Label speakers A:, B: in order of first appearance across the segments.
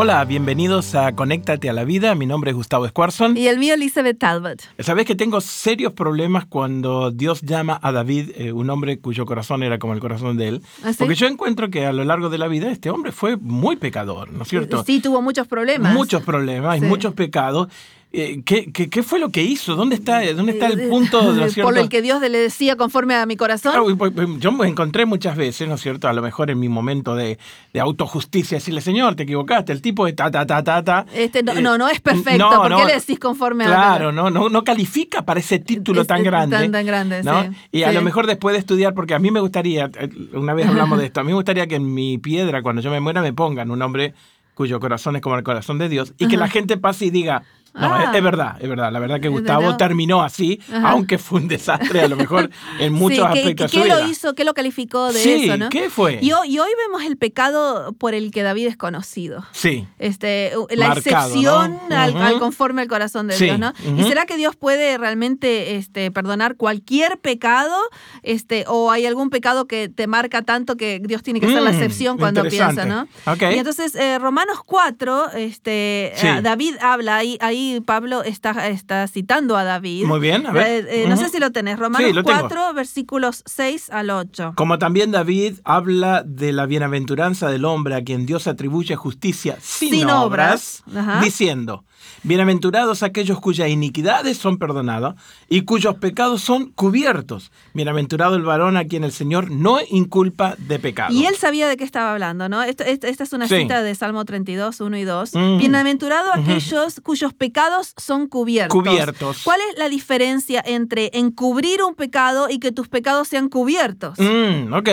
A: Hola, bienvenidos a Conéctate a la Vida. Mi nombre es Gustavo Squarson.
B: Y el mío, Elizabeth Talbot.
A: Sabes que tengo serios problemas cuando Dios llama a David, eh, un hombre cuyo corazón era como el corazón de él.
B: ¿Ah, sí?
A: Porque yo encuentro que a lo largo de la vida este hombre fue muy pecador, ¿no es cierto?
B: Sí, tuvo muchos problemas.
A: Muchos problemas
B: Sí.
A: y muchos pecados. Eh, ¿qué, qué, qué fue lo que hizo? ¿Dónde está, dónde está el punto? ¿no es
B: Eh,
A: cierto?
B: Por el que Dios le decía conforme a mi corazón.
A: Claro, pues, pues, yo me encontré muchas veces, ¿no es cierto? A lo mejor en mi momento de, de autojusticia, decirle, señor, te equivocaste, el tipo de ta, ta, ta, ta, ta.
B: Este, no,
A: Eh,
B: no, no es perfecto.
A: no,
B: ¿Por
A: no.
B: qué le decís conforme a
A: Claro, no, no, no califica para ese título
B: Es-
A: tan
B: es
A: grande.
B: tan- tan grande,
A: ¿no?
B: sí,
A: Y a
B: sí.
A: lo mejor después de estudiar, porque a mí me gustaría, eh, una vez hablamos de esto, a mí me gustaría que en mi piedra, cuando yo me muera, me pongan un hombre cuyo corazón es como el corazón de Dios y que
B: Ajá.
A: la gente pase y diga. No,
B: Ah.
A: es, es verdad, es verdad. La verdad que
B: Es
A: Gustavo
B: verdad.
A: terminó así,
B: Ajá.
A: aunque fue un desastre a lo mejor en muchos
B: Sí, ¿qué-
A: aspectos
B: ¿qué,
A: de su
B: qué
A: vida.
B: lo hizo? ¿Qué lo calificó de
A: sí,
B: eso? ¿no?
A: ¿qué fue?
B: Y, hoy- y hoy vemos el pecado por el que David es conocido.
A: Sí,
B: Este, u- la
A: Marcado,
B: excepción
A: ¿no?
B: al,
A: Ujú.
B: al conforme al corazón de
A: Sí,
B: Dios, ¿no? ¿Y
A: ujú.
B: será que Dios puede realmente este, perdonar cualquier pecado? Este, ¿O hay algún pecado que te marca tanto que Dios tiene que ser la
A: Mm,
B: excepción cuando piensa,
A: interesante.
B: ¿no?
A: Ok.
B: Y entonces, eh, Romanos 4, este,
A: Sí.
B: ah, David habla, ahí, ahí Pablo está, está citando a David.
A: Muy bien, a ver.
B: Eh, eh, No
A: Ujú.
B: sé si lo tenés, Romanos
A: Sí, lo tengo.
B: 4, versículos 6 al 8.
A: Como también David habla de la bienaventuranza del hombre a quien Dios atribuye justicia sin,
B: Sin obras,
A: obras,
B: ajá.
A: diciendo, bienaventurados aquellos cuyas iniquidades son perdonadas y cuyos pecados son cubiertos. Bienaventurado el varón a quien el Señor no inculpa de pecado.
B: Y él sabía de qué estaba hablando, ¿no? Esto- esta, esta es una
A: Sí.
B: cita de Salmo 32, 1 y 2.
A: Mm.
B: Bienaventurado
A: Ujú.
B: aquellos cuyos pecados son cubiertos.
A: Cubiertos.
B: ¿Cuál es la diferencia entre encubrir un pecado y que tus pecados sean cubiertos?
A: Mm, ok.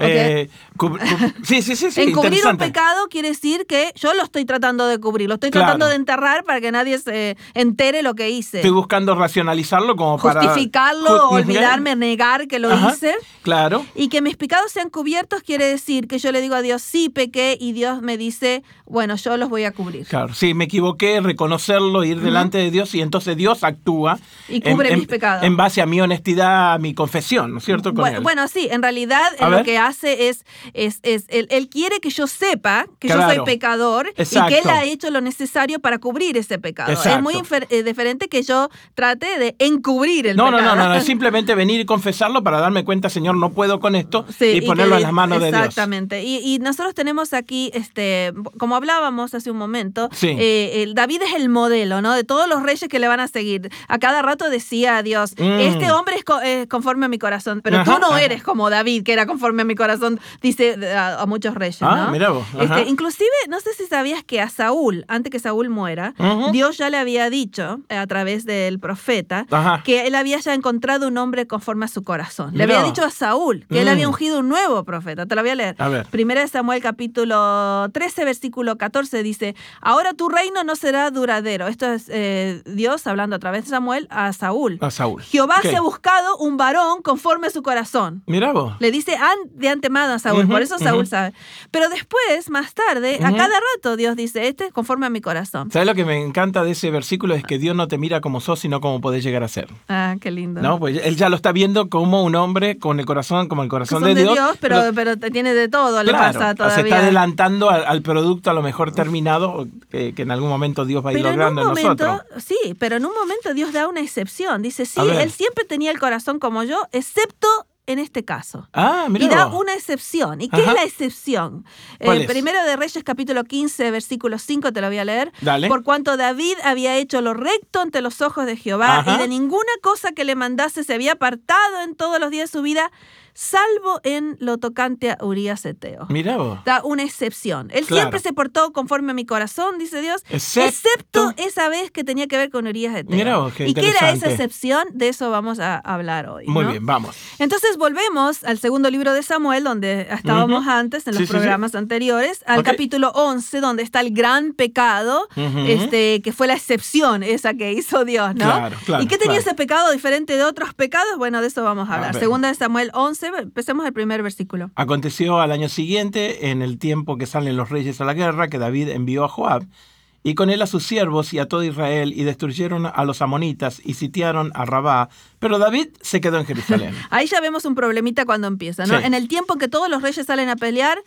A: Eh, cub- cub- sí, sí, sí, sí,
B: Encubrir un
A: interesante.
B: pecado quiere decir que yo lo estoy tratando de cubrir, lo estoy
A: Claro.
B: tratando de enterrar para que nadie se entere lo que hice.
A: Estoy buscando racionalizarlo como para...
B: Justificarlo,
A: Ju-
B: olvidarme, negar que lo
A: Ajá,
B: hice.
A: Claro.
B: Y que mis pecados sean cubiertos quiere decir que yo le digo a Dios, sí pequé, y Dios me dice, bueno, yo los voy a cubrir.
A: Claro, sí, me equivoqué, reconocerlo, ir delante de Dios y entonces Dios actúa.
B: Y cubre mis pecados.
A: En base a mi honestidad, a mi confesión, ¿no es cierto? Con
B: Bueno,
A: él.
B: bueno, sí, en realidad
A: A
B: eh, lo
A: ver.
B: que hace es, es, es él, él quiere que yo sepa que yo
A: Claro.
B: soy pecador y
A: Exacto.
B: que él ha hecho lo necesario para cubrir ese pecado. Es
A: Exacto.
B: muy infer- eh, diferente que yo trate de encubrir el
A: no, no,
B: pecado.
A: no, no, no, es simplemente venir y confesarlo para darme cuenta, Señor, no puedo con esto
B: Sí,
A: y
B: que-
A: ponerlo en las manos de Dios.
B: Exactamente. Y, y nosotros tenemos aquí, este, como hablábamos hace un momento,
A: Sí.
B: eh, el David es el modelo, ¿no? De todos los reyes que le van a seguir. A cada rato decía a Dios,
A: Mm.
B: este hombre es, co- es conforme a mi corazón, pero tú
A: Ajá,
B: no
A: ajá.
B: eres como David, que era conforme a mi corazón, dice a, a muchos reyes,
A: Ah,
B: ¿no?
A: mira vos, ajá.
B: Este, inclusive, no sé si sabías que a Saúl, antes que Saúl muera,
A: Ujú.
B: Dios ya le había dicho, eh, a través del profeta,
A: Ajá.
B: que él había ya encontrado un hombre conforme a su corazón. Le
A: Mirá.
B: había dicho a Saúl que él
A: Mm.
B: había ungido un nuevo profeta. Te lo voy a leer.
A: A ver.
B: Primera de Samuel capítulo 13, versículo 14 dice, ahora tu reino no será duradero. Esto es eh, Dios hablando a través de Samuel a Saúl.
A: A Saúl.
B: Jehová
A: Ah, Ok.
B: se ha buscado un varón conforme a su corazón.
A: Mira vos.
B: Le dice an- de antemano a Saúl,
A: Ujú,
B: por eso Saúl
A: ujú.
B: sabe. Pero después, más tarde, a
A: Ujú.
B: cada rato Dios dice, este es conforme a mi corazón.
A: ¿Sabes lo que me encanta de ese versículo? Es que Dios no te mira como sos, sino como podés llegar a ser.
B: Ah, qué lindo.
A: ¿No? Pues él ya lo está viendo como un hombre con el corazón, como el corazón,
B: Son de, Dios, pero,
A: pero
B: pero, te tiene de todo, le
A: Claro,
B: pasa
A: o sea, se
B: todavía.
A: está adelantando al, al producto a lo mejor terminado o que, que en algún momento Dios va a ir
B: pero en un
A: logrando en,
B: momento,
A: nosotros.
B: sí, pero en un momento Dios da una excepción. Dice, sí,
A: A ver.
B: él siempre tenía el corazón como yo, excepto en este caso.
A: Ah, mira.
B: y da
A: vos.
B: una excepción. ¿Y qué
A: Ajá.
B: es la excepción? Eh,
A: ¿Cuál es?
B: Primero de Reyes capítulo 15, versículo 5, te lo voy a leer.
A: Dale.
B: Por cuanto David había hecho lo recto ante los ojos de Jehová
A: Ajá.
B: y de ninguna cosa que le mandase se había apartado en todos los días de su vida, salvo en lo tocante a Urías Eteo.
A: Mira vos.
B: da una excepción. Él
A: Claro.
B: siempre se portó conforme a mi corazón, dice Dios,
A: Excepto-
B: excepto esa vez que tenía que ver con Urias de Eteo.
A: Mirá vos, qué
B: ¿Y qué era esa
A: interesante.
B: excepción? De eso vamos a hablar hoy.
A: Muy
B: ¿no?
A: bien, vamos.
B: Entonces, volvemos al segundo libro de Samuel, donde estábamos
A: Ujú.
B: antes, en los
A: Sí, sí, sí.
B: programas anteriores, al
A: Ok.
B: capítulo 11, donde está el gran pecado,
A: Ujú.
B: este, que fue la excepción esa que hizo Dios, ¿no?
A: Claro, claro,
B: ¿Y qué tenía
A: claro.
B: ese pecado diferente de otros pecados? Bueno, de eso vamos a
A: A
B: hablar.
A: ver.
B: Segunda de Samuel 11, empecemos el primer versículo.
A: Aconteció al año siguiente, en el tiempo que salen los reyes a la guerra, que David envió a Joab, y con él a sus siervos y a todo Israel, y destruyeron a los amonitas y sitiaron a Rabá, pero David se quedó en Jerusalén.
B: Ahí ya vemos un problemita cuando empieza, ¿no?
A: Sí.
B: En el tiempo que todos los reyes salen a pelear,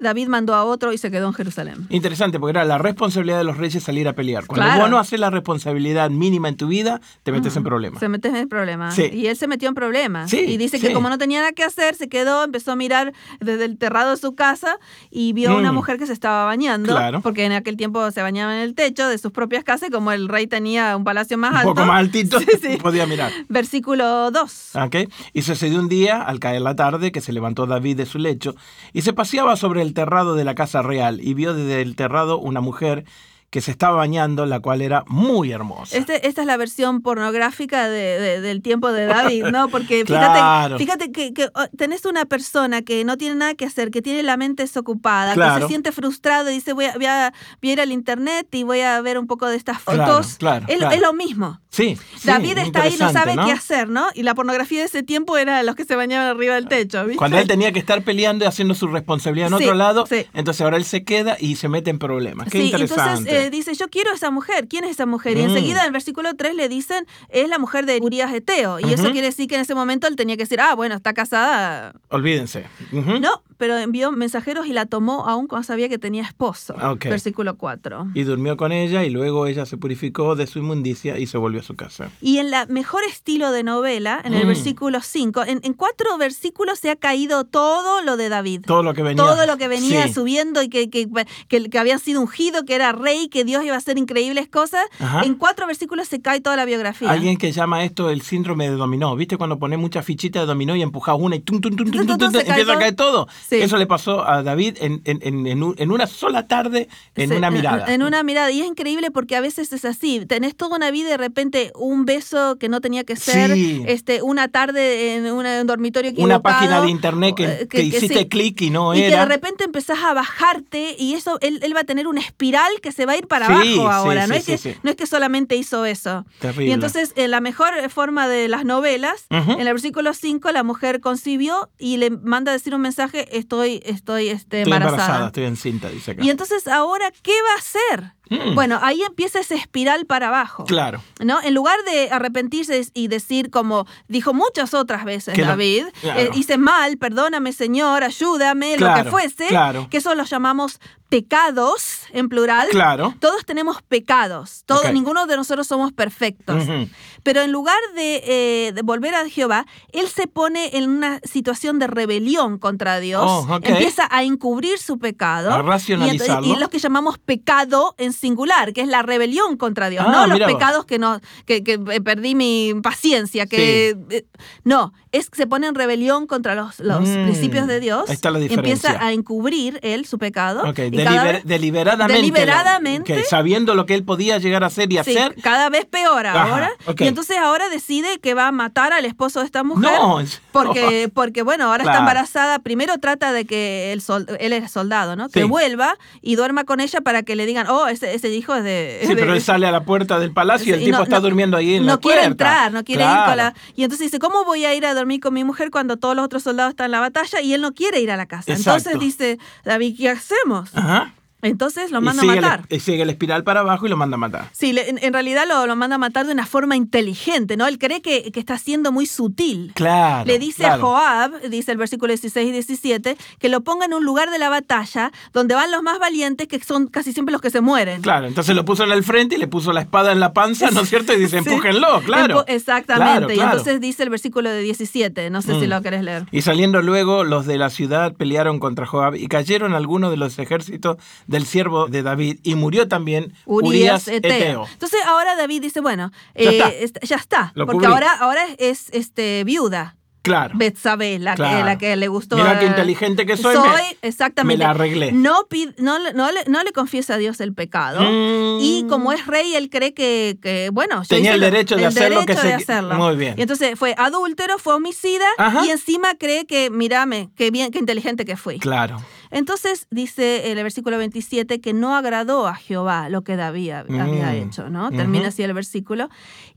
B: David mandó a otro y se quedó en Jerusalén.
A: Interesante, porque era la responsabilidad de los reyes salir a pelear. Cuando
B: Claro. Mm.
A: vos no haces la responsabilidad mínima en tu vida, te metes en problemas.
B: Se mete en problemas.
A: Sí.
B: Y él se metió en problemas.
A: Sí,
B: y dice que
A: sí.
B: como no tenía nada que hacer, se quedó, empezó a mirar desde el terrado de su casa y vio a una
A: Mm.
B: mujer que se estaba bañando.
A: Claro.
B: Porque en aquel tiempo se bañaba en el techo de sus propias casas y como el rey tenía un palacio más
A: Un
B: alto.
A: poco más altito,
B: Sí, sí.
A: podía mirar.
B: Versículo 2.
A: ¿Ok? Y sucedió un día, al caer la tarde, que se levantó David de su lecho y se paseaba sobre el terrado de la casa real y vio desde el terrado una mujer que se estaba bañando, la cual era muy hermosa.
B: Este- esta es la versión pornográfica de- de- del tiempo de David, ¿no? Porque fíjate,
A: Claro.
B: fíjate que, que, oh, tenés una persona que no tiene nada que hacer, que tiene la mente desocupada, que
A: Claro.
B: se siente frustrada y dice, voy a, voy a- voy a ir al internet y voy a ver un poco de estas
A: Claro,
B: fotos.
A: claro,
B: es,
A: claro.
B: es lo mismo.
A: Sí, sí,
B: David está ahí, no
A: interesante,
B: sabe qué hacer, ¿no? Y la pornografía de ese tiempo era los que se bañaban arriba del techo, ¿viste?
A: Cuando él tenía que estar peleando y haciendo su responsabilidad en
B: Sí,
A: otro lado,
B: sí.
A: entonces ahora él se queda y se mete en problemas. Ah, Qué
B: sí, entonces
A: interesante.
B: eh, dice, yo quiero a esa mujer, ¿quién es esa mujer? Y
A: Mm.
B: enseguida en el versículo 3 le dicen, es la mujer de Urias Eteo. Y eso
A: Ujú.
B: quiere decir que en ese momento él tenía que decir, ah, bueno, está casada.
A: Olvídense. Ujú.
B: No, pero envió mensajeros y la tomó aún cuando sabía que tenía esposo.
A: Ah, Ok.
B: Versículo 4.
A: Y durmió con ella y luego ella se purificó de su inmundicia y se volvió a su casa.
B: Y en la mejor estilo de novela, en el
A: Mm.
B: versículo 5, en, en cuatro versículos se ha caído todo lo de David.
A: Todo lo que venía.
B: todo lo que venía
A: Sí.
B: subiendo y que, que, que- que había sido ungido, que era rey, que Dios iba a hacer increíbles cosas,
A: Ajá.
B: en cuatro versículos se cae toda la biografía.
A: Ah. Alguien que llama esto el síndrome de dominó. ¿Viste cuando pones muchas fichitas de dominó y empujas una y tum, tum, tum, tum,
B: Tum, tum,
A: tum, tum,
B: se cae
A: empieza
B: todo.
A: a caer todo?
B: Sí.
A: Eso le pasó a David en, en- en- en un- en una sola tarde, en
B: Se-
A: una mirada.
B: En, una mirada. Y es increíble porque a veces es así. Tenés toda una vida y de repente un beso que no tenía que ser,
A: Sí.
B: este, una tarde en una- un dormitorio equivocado.
A: Una página de internet que,
B: eh,
A: que hiciste
B: sí.
A: clic y no
B: Y que de
A: era.
B: repente empezás a bajarte y eso, él, él va a tener una espiral que se va a ir para
A: Sí, sí,
B: abajo ahora.
A: sí,
B: no, es
A: sí,
B: que,
A: sí.
B: no es que solamente hizo eso.
A: Terrible.
B: Y entonces, eh, la mejor forma de las novelas,
A: Ujú.
B: en el versículo 5, la mujer concibió y le manda a decir un mensaje, estoy, estoy este,
A: estoy embarazada.
B: embarazada.
A: estoy encinta, dice acá.
B: Y entonces ahora, ¿qué va a hacer?
A: Mm.
B: Bueno, ahí empieza esa espiral para abajo.
A: Claro.
B: ¿No? En lugar de arrepentirse y decir como dijo muchas otras veces
A: Que no-
B: David,
A: claro.
B: eh, hice mal, perdóname Señor, ayúdame, lo que
A: Claro,
B: fuese,
A: claro.
B: que eso lo llamamos pecados en plural.
A: Claro.
B: Todos tenemos pecados, todos,
A: Ok.
B: ninguno de nosotros somos perfectos.
A: Ujú.
B: Pero en lugar de, eh, de volver a Jehová, él se pone en una situación de rebelión contra Dios.
A: Oh, ok.
B: Empieza a encubrir su pecado.
A: A
B: Y,
A: racionalizarlo.
B: ento- y lo que llamamos pecado en singular, que es la rebelión contra Dios.
A: Ah,
B: no los
A: mira vos.
B: pecados que, no, que, que, eh, perdí mi paciencia. que eh, No, es que se pone en rebelión contra los, los
A: Mm,
B: principios de Dios.
A: ahí está la
B: y Empieza
A: diferencia.
B: a encubrir él su pecado.
A: Ok,
B: y
A: deliber-
B: cada vez-
A: deliberadamente.
B: Deliberadamente.
A: ok, sabiendo lo que él podía llegar a hacer y
B: Sí,
A: hacer.
B: cada vez peor
A: Ajá,
B: ahora.
A: ok.
B: Y entonces ahora decide que va a matar al esposo de esta mujer.
A: No, es-
B: Porque, porque bueno, ahora está
A: Claro.
B: embarazada. Primero trata de que el sol- él es soldado, ¿no? Que
A: Sí.
B: vuelva y duerma con ella para que le digan, oh, ese, ese hijo es de... es
A: Sí,
B: de-
A: pero él sale a la puerta del palacio y el
B: Sí,
A: tipo
B: no-
A: está
B: no-
A: durmiendo ahí en la
B: no quiere
A: puerta.
B: entrar, no quiere ir
A: Claro.
B: con la... Y entonces dice, ¿cómo voy a ir a dormir con mi mujer cuando todos los otros soldados están en la batalla y él no quiere ir a la casa? Entonces
A: Exacto.
B: dice, David, ¿qué hacemos?
A: Ajá.
B: Entonces lo
A: Y
B: manda a
A: sigue el-
B: matar.
A: y sigue el espiral para abajo y lo manda a matar.
B: Sí, le- en, en realidad lo, lo manda a matar de una forma inteligente, ¿no? Él cree que, que está siendo muy sutil.
A: Claro.
B: Le dice
A: Ah, claro.
B: a Joab, dice el versículo 16 y 17, que lo ponga en un lugar de la batalla donde van los más valientes, que son casi siempre los que se mueren.
A: Claro, entonces lo puso en el frente y le puso la espada en la panza, ¿no es cierto? Y dice,
B: Sí.
A: empújenlo, claro.
B: Empu- Exactamente.
A: Claro,
B: Y
A: claro.
B: entonces dice el versículo de 17, no sé si
A: Mm.
B: lo querés leer.
A: Y saliendo luego, los de la ciudad pelearon contra Joab y cayeron algunos de los ejércitos del siervo de David y murió también
B: Urias,
A: Urias
B: Eteo.
A: Eteo.
B: Entonces ahora David dice, bueno,
A: Ya
B: eh,
A: está.
B: est- ya está,
A: Lo
B: porque
A: cubrí.
B: ahora, ahora es este, viuda.
A: Claro.
B: Betsabé, la,
A: Claro.
B: que, la que le gustó.
A: Mira qué
B: a-
A: inteligente que soy,
B: eh, Soy,
A: me-
B: exactamente.
A: me la arreglé.
B: No, pid- no, le- no le, no le confiesa a Dios el pecado.
A: Mm.
B: Y como es rey, él cree que, que, bueno, yo
A: Tenía
B: hice
A: el
B: lo-
A: derecho de
B: el
A: hacer lo que
B: derecho
A: se-
B: de hacerlo.
A: Muy bien.
B: Y entonces fue adúltero, fue homicida
A: Ajá.
B: y encima cree que, mírame, qué bien, qué inteligente que fui.
A: Claro.
B: Entonces dice en el versículo 27 que no agradó a Jehová lo que David hab-
A: Mm.
B: había hecho, ¿no? Termina
A: Ujú.
B: así el versículo.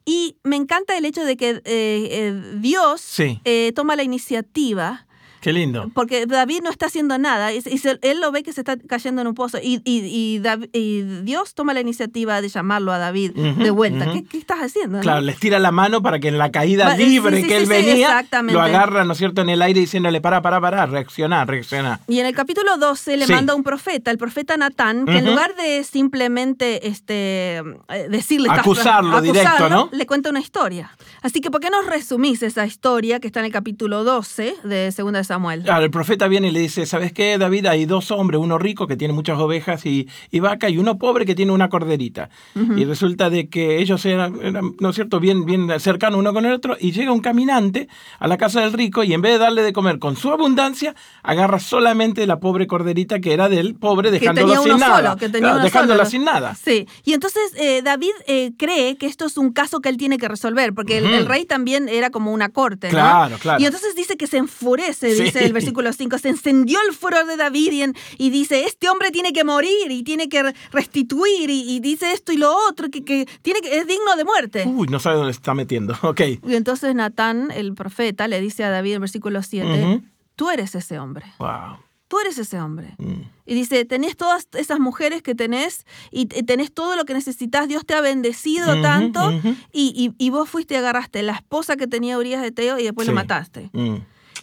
B: Y me encanta el hecho de que eh, eh, Dios
A: Sí.
B: eh, toma la iniciativa.
A: Qué lindo.
B: Porque David no está haciendo nada, y, y se- él lo ve que se está cayendo en un pozo, y, y- y Dav- y Dios toma la iniciativa de llamarlo a David
A: Ujú,
B: de vuelta.
A: ujú.
B: ¿Qué, qué estás haciendo? no?
A: Claro, les tira la mano para que en la caída
B: Ah. Va- sí,
A: libre
B: sí,
A: que
B: sí,
A: él
B: sí,
A: venía,
B: exactamente.
A: lo agarra, ¿no es cierto?, en el aire diciéndole, para, para, para, reacciona, reacciona.
B: Y en el capítulo 12 le
A: Sí.
B: manda un profeta, el profeta Natán, que en
A: Ujú.
B: lugar de simplemente este, eh, decirle... estás-
A: Acusarlo directo, ¿no?
B: Le cuenta una historia. Así que, ¿por qué nos resumís esa historia que está en el capítulo 12 de 2 de Samuel?
A: Ahora, el profeta viene y le dice, ¿sabes qué, David? Hay dos hombres, uno rico que tiene muchas ovejas y, y vaca y uno pobre que tiene una corderita. Y resulta de que ellos eran, eran, ¿no es cierto?, bien, bien cercanos uno con el otro y llega un caminante a la casa del rico y en vez de darle de comer con su abundancia, agarra solamente la pobre corderita que era del pobre, dejándola sin nada.
B: que tenía
A: Claro,
B: uno
A: dejándola
B: solo.
A: sin nada.
B: Sí, y entonces eh, David eh, cree que esto es un caso que él tiene que resolver, porque el-
A: Ujú.
B: el, rey también era como una corte. ¿no?
A: Claro, claro.
B: Y entonces dice que se enfurece,
A: Sí.
B: dice el versículo 5, se encendió el furor de David y, en- y dice, este hombre tiene que morir y tiene que re- restituir y, y dice esto y lo otro, que, que tiene que, es digno de muerte.
A: Uy, no sabe dónde se está metiendo. Ok.
B: Y entonces Natán, el profeta, le dice a David en el versículo 7,
A: Ujú.
B: tú eres ese hombre,
A: Wow.
B: tú eres ese hombre.
A: Mm.
B: Y dice, tenés todas esas mujeres que tenés y te- tenés todo lo que necesitas, Dios te ha bendecido
A: Ujú,
B: tanto
A: ujú.
B: y, y- y vos fuiste y agarraste la esposa que tenía Urias de Teo y después
A: Sí.
B: lo mataste.
A: Mm.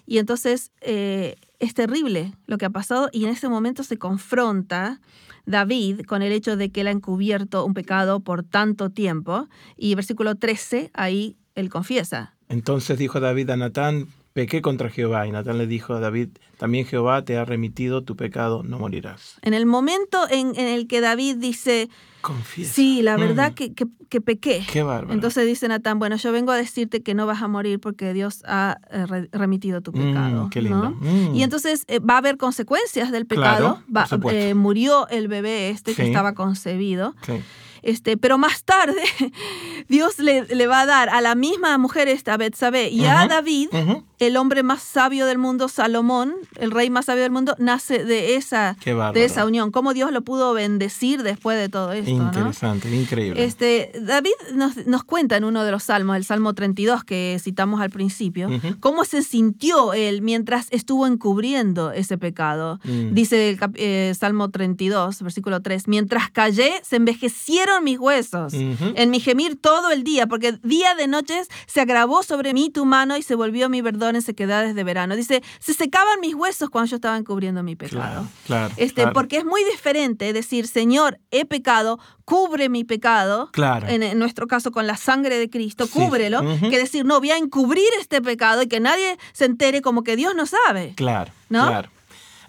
B: Y entonces eh, es terrible lo que ha pasado y en ese momento se confronta David con el hecho de que él ha encubierto un pecado por tanto tiempo. Y versículo 13, ahí él confiesa.
A: Entonces dijo David a Natán, pequé contra Jehová. Y Natán le dijo a David, también Jehová te ha remitido tu pecado, no morirás.
B: En el momento en, en el que David dice,
A: Confiesa.
B: sí, la verdad
A: Mm.
B: que, que, que pequé.
A: Qué bárbaro.
B: Entonces dice Natán, bueno, yo vengo a decirte que no vas a morir porque Dios ha eh, re- remitido tu pecado.
A: Mm, qué lindo.
B: ¿no?
A: Mm.
B: Y entonces eh, va a haber consecuencias del pecado.
A: Claro, por
B: Va-
A: supuesto.
B: eh, murió el bebé este que
A: Sí.
B: estaba concebido.
A: Sí.
B: Este, pero más tarde Dios le, le va a dar a la misma mujer esta, a Betsabé, y a
A: Ujú,
B: David,
A: ujú.
B: el hombre más sabio del mundo, Salomón, el rey más sabio del mundo, nace de esa,
A: Qué bárbaro.
B: de esa unión. Cómo Dios lo pudo bendecir después de todo esto, ¿no?
A: Interesante, increíble.
B: Este, David nos, nos cuenta en uno de los salmos, el Salmo 32 que citamos al principio,
A: Ujú.
B: cómo se sintió él mientras estuvo encubriendo ese pecado.
A: Mm.
B: Dice el cap- eh, Salmo 32, versículo 3, mientras callé, se envejecieron mis huesos.
A: Ujú.
B: En mi gemir todo el día, porque día de noches se agravó sobre mí tu mano y se volvió mi verdor en sequedades de verano. Dice, se secaban mis huesos cuando yo estaba encubriendo mi pecado.
A: Claro, claro.
B: Este,
A: claro.
B: Porque es muy diferente decir, Señor, he pecado, cubre mi pecado.
A: Claro.
B: En, en nuestro caso, con la sangre de Cristo,
A: Sí.
B: cúbrelo.
A: Ujú.
B: Que decir, no, voy a encubrir este pecado y que nadie se entere como que Dios no sabe.
A: Claro,
B: ¿No?
A: claro.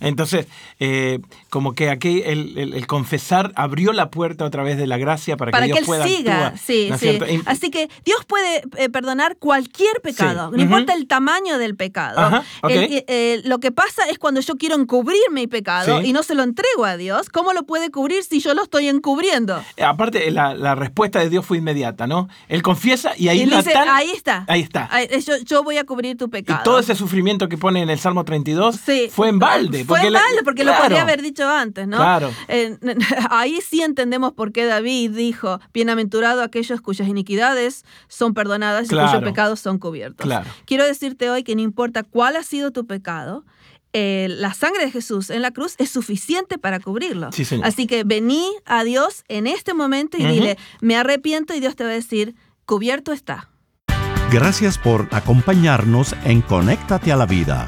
A: Entonces, eh, como que aquí el, el- el confesar abrió la puerta otra vez de la gracia para,
B: Para
A: que
B: que,
A: Dios
B: Él
A: pueda
B: siga.
A: actuar,
B: Sí,
A: ¿no es
B: sí.
A: cierto? Y-
B: Así que Dios puede eh, perdonar cualquier pecado,
A: Sí.
B: no importa
A: Ujú.
B: el tamaño del pecado.
A: Ajá, ok.
B: El- eh, eh, lo que pasa es cuando yo quiero encubrir mi pecado
A: Sí.
B: y no se lo entrego a Dios, ¿cómo lo puede cubrir si yo lo estoy encubriendo?
A: Eh, Aparte, la, la respuesta de Dios fue inmediata, ¿no? Él confiesa y ahí
B: y le dice,
A: Natán-
B: ahí está.
A: Ahí está.
B: Ahí- eh, yo, yo voy a cubrir tu pecado.
A: Y todo ese sufrimiento que pone en el Salmo 32
B: Sí.
A: fue en balde.
B: Fue en
A: le-
B: balde, porque
A: Claro.
B: lo podría haber dicho antes, ¿no?
A: Claro.
B: Eh, n- n- ahí sí entendemos por qué David dijo, bienaventurado aquellos cuyas iniquidades son perdonadas y
A: Claro.
B: cuyos pecados son cubiertos.
A: Claro.
B: Quiero decirte hoy que no importa cuál ha sido tu pecado, eh, la sangre de Jesús en la cruz es suficiente para cubrirlo.
A: Sí, señor.
B: Así que vení a Dios en este momento y
A: Ujú.
B: dile, me arrepiento y Dios te va a decir, cubierto está.
C: Gracias por acompañarnos en Conéctate a la Vida.